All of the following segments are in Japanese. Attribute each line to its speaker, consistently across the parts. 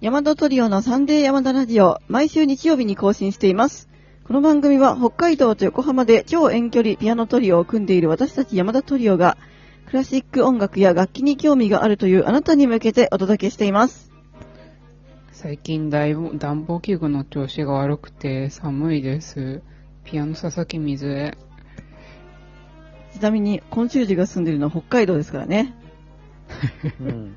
Speaker 1: 山田トリオのサンデー山田ラジオ、毎週日曜日に更新しています。この番組は北海道と横浜で超遠距離ピアノトリオを組んでいる私たち山田トリオが、クラシック音楽や楽器に興味があるというあなたに向けてお届けしています。
Speaker 2: 最近だいぶ暖房器具の調子が悪くて寒いです。ピアノ佐々木水江。
Speaker 1: ちなみに、今週時が住んでいるのは北海道ですからね。
Speaker 3: うん。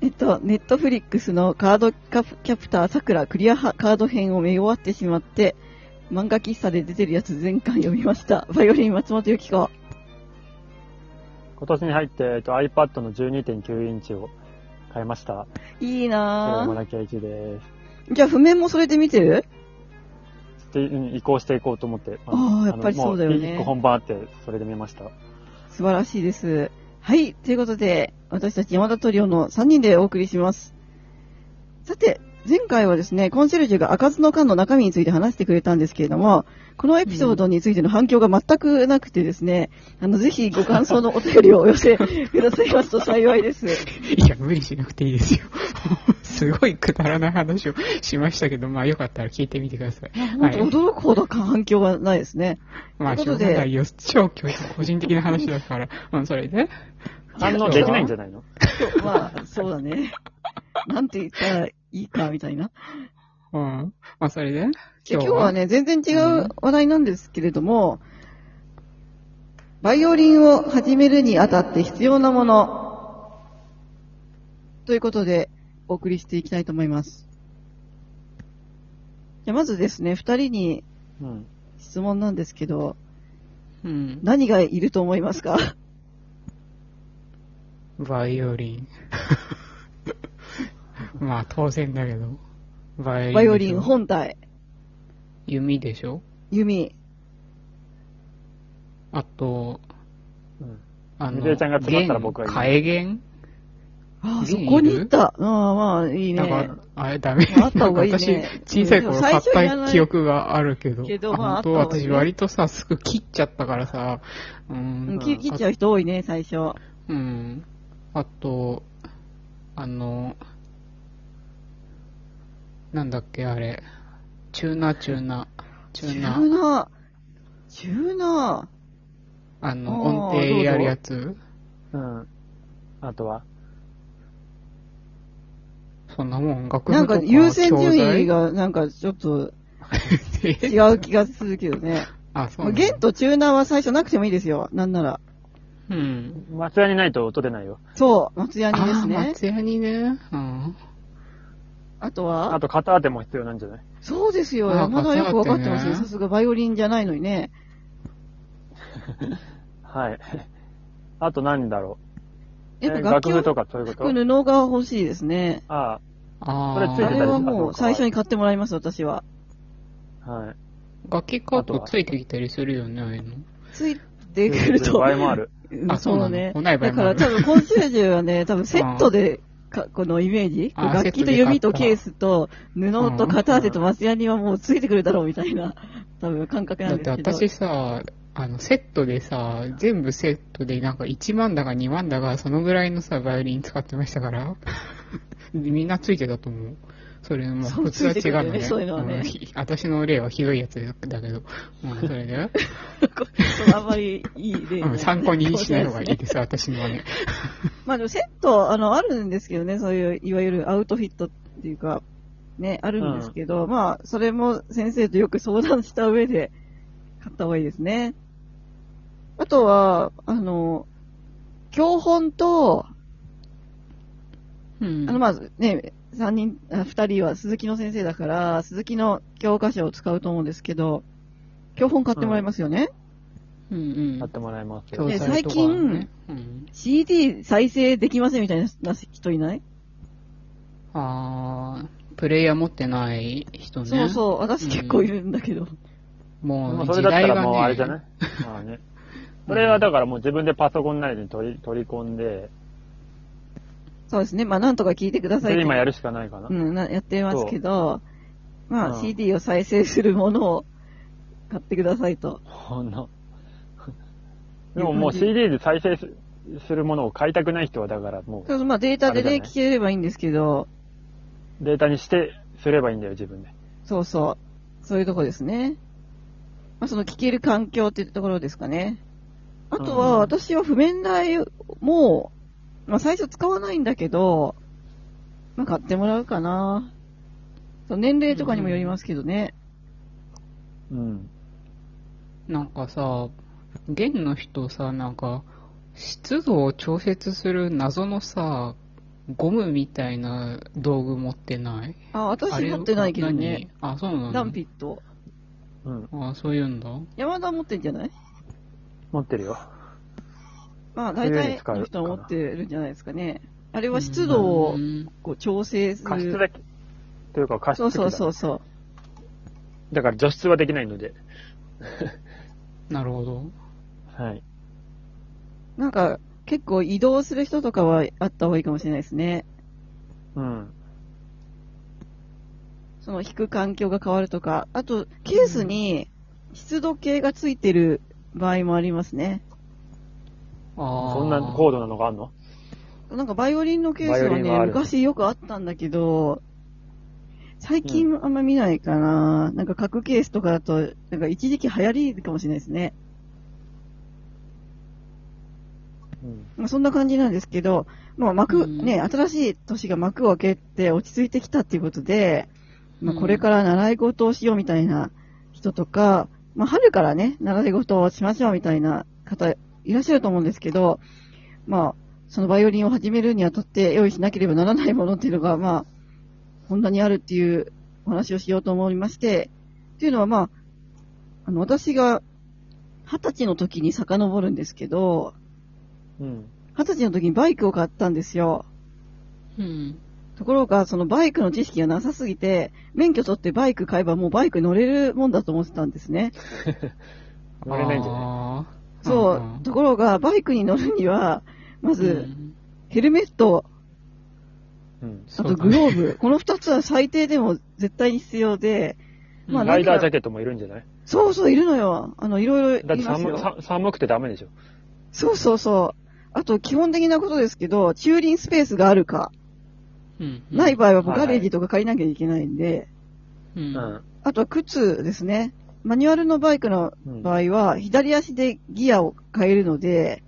Speaker 1: えっと、ネットフリックスのカードキャプキャプターさくらクリアはカード編を見終わってしまって、漫画喫茶で出てるやつ全巻読みました。バイオリン松本由紀子。
Speaker 3: 今年に入って、えっと、iPad の12.9インチを買いました。
Speaker 1: いい
Speaker 3: そ
Speaker 1: な
Speaker 3: れも
Speaker 1: ぁ。
Speaker 3: なきゃいけです。
Speaker 1: じゃあ譜面もそれで見てる
Speaker 3: でうん移行していこうと思って。
Speaker 1: あーやっぱりそうだよね
Speaker 3: あのも一個本番あって、それで見ました。
Speaker 1: 素晴らしいです。はい。ということで、私たち山田トリオの3人でお送りします。さて、前回はですね、コンシェルジュが開かずの缶の中身について話してくれたんですけれども、このエピソードについての反響が全くなくてですね、あの、ぜひご感想のお便りをお寄せくださいますと幸いです。
Speaker 2: いや、無理しなくていいですよ。 すごいくだらない話をしましたけど、まあよかったら聞いてみてください。
Speaker 1: 本当驚くほど反響はないですね。
Speaker 2: まあ、
Speaker 1: とい
Speaker 2: し
Speaker 1: うこ
Speaker 2: ょ
Speaker 1: と
Speaker 2: う
Speaker 1: で
Speaker 2: がないよ。超教育、個人的な話だ から。うん、それで。
Speaker 3: 反応できないんじゃないの
Speaker 1: まあ、そうだね。なんて言ったらいいか、みたいな。
Speaker 2: うん。まあ、それで。
Speaker 1: で今日は。ね、全然違う話題なんですけれども、バイオリンを始めるにあたって必要なもの、ということで、お送りしていきたいと思います。じゃあまずですね、二人に
Speaker 3: うん。
Speaker 1: 質問なんですけど、
Speaker 2: うん。
Speaker 1: 何がいると思いますか
Speaker 2: バイオリン。 まあ、当然だけど。バイオリン。
Speaker 1: バイオリン。本体、
Speaker 2: 弓でしょ
Speaker 1: 弓、
Speaker 2: あと、
Speaker 3: うん
Speaker 2: あ
Speaker 3: みずえちゃんが詰まったら僕がいい
Speaker 2: い弦
Speaker 1: ああ、そ
Speaker 2: ビール
Speaker 1: こに行った。ああ、まあ、いい
Speaker 2: 火
Speaker 1: ね
Speaker 2: 弦。なんか、あれダメ。
Speaker 1: あった方がいいね
Speaker 2: なんか私、小さい頃買
Speaker 1: 最
Speaker 2: っ
Speaker 1: 初いらない
Speaker 2: た記憶があるけど。
Speaker 1: けどまあ
Speaker 2: 本当
Speaker 1: あった方がいいね
Speaker 2: 私割とさ、すぐ切っちゃったからさ。う
Speaker 1: うん
Speaker 2: ん。
Speaker 1: 切切っちゃう人多いね、最初。
Speaker 2: うん。あと、あの、なんだっけ、あれ。チューナー、チューナー。チ
Speaker 1: チ
Speaker 2: ュー
Speaker 1: ュ
Speaker 2: ナ
Speaker 1: ー
Speaker 2: ー。
Speaker 1: ナー。チューナー。
Speaker 2: あの、
Speaker 1: あー
Speaker 2: 音程やるやつ。
Speaker 3: うん。あとは、
Speaker 2: そんなもん、楽
Speaker 1: な
Speaker 2: 譜
Speaker 1: ん
Speaker 2: とか
Speaker 1: か優先順位がなんかちょっと
Speaker 2: 教材
Speaker 1: 違う気がするけどね。
Speaker 2: あ、そ
Speaker 1: まあ
Speaker 2: うなんだ
Speaker 1: 弦とチューナーは最初なくてもいいですよ。なんなら。
Speaker 2: うん。
Speaker 3: 松屋にないと音出ないよ。
Speaker 1: そう、松ヤニです
Speaker 2: あー
Speaker 1: ね。
Speaker 2: 松屋にね。うん。
Speaker 1: あとは
Speaker 3: あと、片当ても必要なんじゃない
Speaker 1: そうですよ。
Speaker 2: あー
Speaker 1: 山田よくわかって
Speaker 2: 片
Speaker 1: ま
Speaker 2: 手
Speaker 1: す
Speaker 2: ね
Speaker 1: よ。さすがバイオリンじゃないのにね。
Speaker 3: はい。 あと何だろう。
Speaker 1: やっ
Speaker 3: え
Speaker 1: ぱ楽器
Speaker 3: 楽
Speaker 1: を
Speaker 3: 譜
Speaker 1: 吹
Speaker 3: とかそういうこ
Speaker 1: く
Speaker 3: と
Speaker 1: 布が欲しいですね。
Speaker 3: あ
Speaker 2: あ
Speaker 3: それつい
Speaker 1: あ
Speaker 3: てたり
Speaker 1: れ
Speaker 3: とか
Speaker 1: は
Speaker 2: あ。
Speaker 1: もう最初に買ってもらいます、私は。
Speaker 3: あ、はい。
Speaker 2: 楽器カートついてきたりするよね、ああいうの。
Speaker 1: ついてくると。
Speaker 3: 場合もあ。る。
Speaker 1: うん、
Speaker 2: あ
Speaker 1: そ
Speaker 2: そうう
Speaker 1: だ
Speaker 2: なの
Speaker 1: ね。
Speaker 2: 来ない場合
Speaker 1: だ
Speaker 2: も
Speaker 1: か
Speaker 2: あ
Speaker 1: ら
Speaker 2: る
Speaker 1: 多分、コンシェルジュはね、多分セットで、かこのイメージ
Speaker 2: あー
Speaker 1: 楽器と弓とケースと布と片当てと松ヤニはもうついてくるだろうみたいな、多分感覚な
Speaker 2: だ
Speaker 1: んで
Speaker 2: って
Speaker 1: すけど。
Speaker 2: 私さ、あの、セットでさ、全部セットで、なんか1万だか2万だか、そのぐらいのさ、バイオリン使ってましたから。 みんなついてたと思う。それ、まあ、
Speaker 1: そう
Speaker 2: 普通は違うの
Speaker 1: ついてくるよね
Speaker 2: ね。
Speaker 1: そういうのはね
Speaker 2: んひ私の例はひどいやつだけど。うん、それ で、
Speaker 1: あんまりいい 例
Speaker 2: うん、参考にしない方がいいです、私のはね。
Speaker 1: まあでもセット、あの、あるんですけどね、そういう、いわゆるアウトフィットっていうか、ね、あるんですけど、まあ、それも先生とよく相談した上で買った方がいいですね。あとは、あの、教本と、
Speaker 2: うん
Speaker 1: あの、まずね、三人、あ二人は鈴木の先生だから、鈴木の教科書を使うと思うんですけど、教本買ってもらいますよね。
Speaker 2: うんう
Speaker 3: 買
Speaker 2: ん
Speaker 3: ってもらいます
Speaker 2: 教
Speaker 3: よ。
Speaker 1: で
Speaker 2: 材とか
Speaker 1: 最近
Speaker 2: ねうん、
Speaker 1: CD 再生できませんみたいな人いない、
Speaker 2: あープレイヤー持ってない人ね。
Speaker 1: そうそう、私結構いるんだけど。
Speaker 2: も
Speaker 3: まあ
Speaker 2: う時
Speaker 3: それだった
Speaker 2: 代が
Speaker 3: ら
Speaker 2: ね、
Speaker 3: もうあれじ ゃないまあね。それはだからもう自分でパソコン内に取り取り込んで、
Speaker 1: そうですね、まあなんとか聞いてくだ
Speaker 3: そ
Speaker 1: さいっ
Speaker 3: れ
Speaker 1: て。
Speaker 3: 今やるしかないかな。
Speaker 1: うん、なやってますけど、ま
Speaker 3: う
Speaker 1: あ
Speaker 3: ん
Speaker 1: CD を再生するものを買ってくださいと。
Speaker 3: ほんの。 でももう CD で再生すするものを買いたくない人はだからも
Speaker 1: ただまあデータで
Speaker 3: あれ
Speaker 1: ね、
Speaker 3: だね
Speaker 1: 聞ければいいんですけど、
Speaker 3: データにして、すればいいんだよ、自分で。
Speaker 1: そうそう。そういうとこですね。まあ、その聞ける環境っていうところですかね。あと
Speaker 3: う
Speaker 1: は、
Speaker 3: ん
Speaker 1: 私は譜面台も、まあ、最初使わないんだけど、まあ、買ってもらうかな。そう年齢とかにもよりますけどね。
Speaker 3: うん。
Speaker 2: なんかさ、弦の人さ、なんか、湿度を調節する謎のさ、ゴムみたいな道具持ってない
Speaker 1: あ、私持ってないけどね。。
Speaker 2: あれ何あ、そうなの
Speaker 1: ダンピット。
Speaker 3: うん。
Speaker 2: あ、そういうんだ。
Speaker 1: 山田持ってんじゃない
Speaker 3: 持ってるよ。
Speaker 1: まあ、大体の人は持ってるんじゃないですかね。あれは湿度を
Speaker 2: うん
Speaker 1: こう調整す
Speaker 3: 加湿
Speaker 1: る。
Speaker 3: だけ。というか、加湿器
Speaker 1: そ
Speaker 3: だ
Speaker 1: うそうそうそう。
Speaker 3: だから除湿はできないので。
Speaker 2: なるほど。
Speaker 3: はい。
Speaker 1: なんか、結構移動する人とかはあった方がいいかもしれないですね。
Speaker 3: うん。
Speaker 1: その弾く環境が変わるとか、あと、ケースに湿度計がついてる場合もありますね。
Speaker 2: ああ。
Speaker 3: そんな高度なのがあんの
Speaker 1: なんかバイオリンのケース
Speaker 3: バイオ
Speaker 1: は
Speaker 3: リンはあ
Speaker 1: ね、
Speaker 3: る
Speaker 1: 昔よくあったんだけど、最近あんま見ないかな。なんか角ケースとかだと、なんか一時期流行りかもしれないですね。
Speaker 3: うん。
Speaker 1: まあ、そんな感じなんですけど、まあ幕、
Speaker 2: うん
Speaker 1: ね、新しい年が幕を開けて落ち着いてきたっていうことで、まあ、
Speaker 2: うん
Speaker 1: これから習い事をしようみたいな人とか、まあ、春からね、習い事をしましょうみたいな方いらっしゃると思うんですけど、まあ、そのバイオリンを始めるにあたって用意しなければならないものっていうのが、まあ、こんなにあるっていうお話をしようと思いまして、っていうのはまあ、あの、私が二十歳の時に遡るんですけど、
Speaker 3: うん。
Speaker 1: 二十歳の時にバイクを買ったんですよ。
Speaker 2: うん。
Speaker 1: ところが、そのバイクの知識がなさすぎて、免許取ってバイク買えばもうバイク乗れるもんだと思ってたんですね。
Speaker 3: 乗れないんじゃない
Speaker 2: あー
Speaker 1: そう。
Speaker 2: んん
Speaker 1: ところが、バイクに乗るには、ま
Speaker 2: う
Speaker 1: ず、
Speaker 2: ん
Speaker 1: ヘルメット、
Speaker 3: うん。
Speaker 1: あとグローブ、この二つは最低でも絶対に必要で、まあ
Speaker 3: ライダージ
Speaker 1: なん
Speaker 3: ャケットもいるんじゃない
Speaker 1: そうそう、いるのよ。あの、いろいろ
Speaker 3: だっ
Speaker 1: い
Speaker 3: て
Speaker 1: ます
Speaker 3: 寒
Speaker 1: よ。
Speaker 3: さ寒くてダメでしょ。
Speaker 1: そうそうそう。あと、基本的なことですけど、駐輪スペースがあるか、
Speaker 2: うん
Speaker 1: ない場合はもう
Speaker 3: はいは
Speaker 1: ガ
Speaker 3: い
Speaker 1: レージとか借りなきゃいけないんで、
Speaker 2: う。
Speaker 3: うんん。
Speaker 1: あとは靴ですね。マニュアルのバイクの
Speaker 3: うん
Speaker 1: 場合は、左足でギアを変えるので、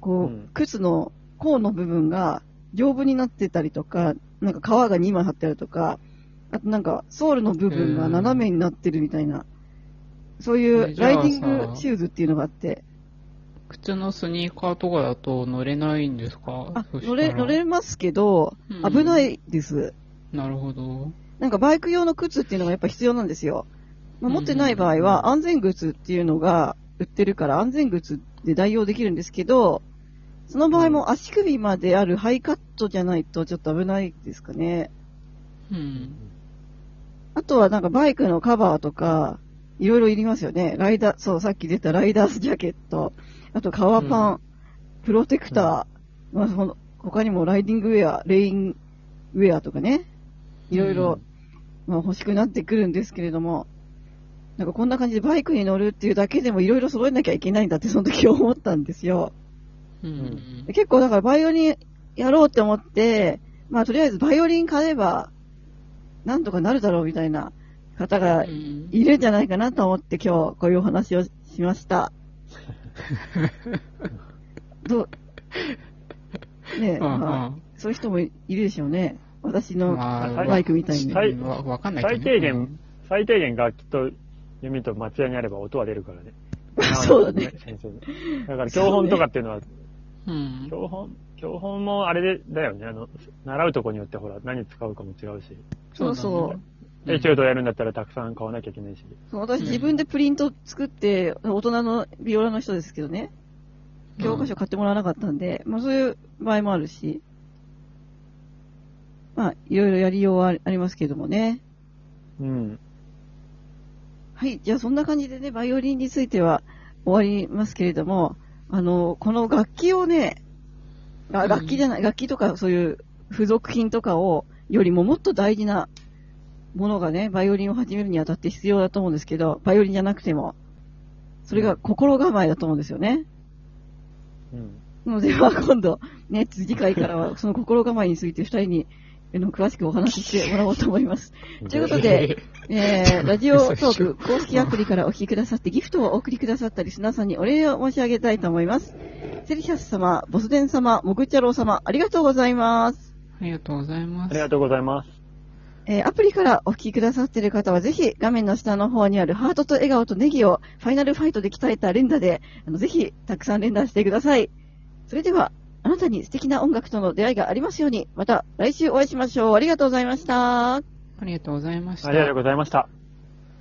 Speaker 1: こう、
Speaker 3: うん
Speaker 1: 靴の甲の部分が丈夫になってたりとか、なんか革が2枚張ってあるとか、あとなんかソールの部分が斜めになってるみたいな、そういうライディングシューズっていうのがあって、
Speaker 2: 靴のスニーカーとかだと乗れないんですか
Speaker 1: あ、
Speaker 2: そした
Speaker 1: 乗
Speaker 2: ら
Speaker 1: れ、乗れますけど、
Speaker 2: うん
Speaker 1: 危ないです。
Speaker 2: なるほど。
Speaker 1: なんかバイク用の靴っていうのがやっぱ必要なんですよ。まあ、持ってない場合は安全靴っていうのが売ってるから安全靴で代用できるんですけど、その場合も足首まであるハイカットじゃないとちょっと危ないですかね。
Speaker 2: うん。
Speaker 1: あとはなんかバイクのカバーとか、いろいろいりますよね。ライダー、そう、さっき出たライダースジャケット、あと革パン、プロテクター、まあ、その他にもライディングウェア、レインウェアとかね、いろいろ、まあ、欲しくなってくるんですけれども、なんかこんな感じでバイクに乗るっていうだけでもいろいろ揃えなきゃいけないんだってその時思ったんですよ。
Speaker 2: うん。
Speaker 1: 結構だからバイオリンやろうって思って、まあとりあえずバイオリン買えば、なんとかなるだろうみたいな方が
Speaker 2: うん
Speaker 1: いるんじゃないかなと思って今日こういうお話をしました。どうねえ、
Speaker 2: うん
Speaker 1: まあ、そういう人もいるでしょうね。私の
Speaker 2: まあ
Speaker 1: バイクみたいに。
Speaker 3: は
Speaker 2: う
Speaker 3: い
Speaker 2: ん。わわかんないけど
Speaker 3: 最
Speaker 2: ね
Speaker 3: 低限、最低限楽器と弓と松屋にあれば音は出るから ね。
Speaker 1: そうだね。
Speaker 3: 先生だから教本とかっていうのは、
Speaker 2: うん。
Speaker 3: 教本、教本もあれでだよね。あの、習うとこによってほら、何使うかも違うし。
Speaker 1: そうそう。
Speaker 2: うん
Speaker 3: エチュードやるんだったらたくさん買わなきゃいけないし。
Speaker 1: そう私
Speaker 2: うん
Speaker 1: 自分でプリント作って、大人のビオラの人ですけどね、
Speaker 2: うん
Speaker 1: 教科書買ってもらわなかったんで、まあそういう場合もあるし、まあいろいろやりようはありますけどもね。
Speaker 3: うん。
Speaker 1: はい、じゃあそんな感じでね、バイオリンについては終わりますけれども、あの、この楽器をね、あ
Speaker 2: うん
Speaker 1: 楽器じゃない、楽器とかそういう付属品とかを、よりももっと大事なものがね、バイオリンを始めるにあたって必要だと思うんですけど、バイオリンじゃなくても、それが心構えだと思うんですよね。
Speaker 3: うん。
Speaker 1: なので、まあ今度、ね、次回からはその心構えについて二人にいうのを詳しくお話ししてもらおうと思い ます。ということ
Speaker 2: え
Speaker 1: で、
Speaker 2: ー
Speaker 1: えー、ラジオトーク公式アプリからお聞きくださってギフトをお送りくださったリスナーさんにお礼を申し上げたいと思います。セリシャス様、ボスデン様、モグチャロウ様、ありがとうございます。
Speaker 2: ありがとうございま
Speaker 3: あ
Speaker 2: す。
Speaker 3: りがとうございます。
Speaker 1: えー、アプリからお聞きくださっている方はぜひ画面の下の方にあるハートと笑顔とネギをファイナルファイトで鍛えた連打で、あのぜひたくさん連打してください。それでは、あなたに素敵な音楽との出会いがありますように、また来週お会いしましょう。ありがとうございました。
Speaker 2: ありがとうございました。
Speaker 3: ありがとうございました。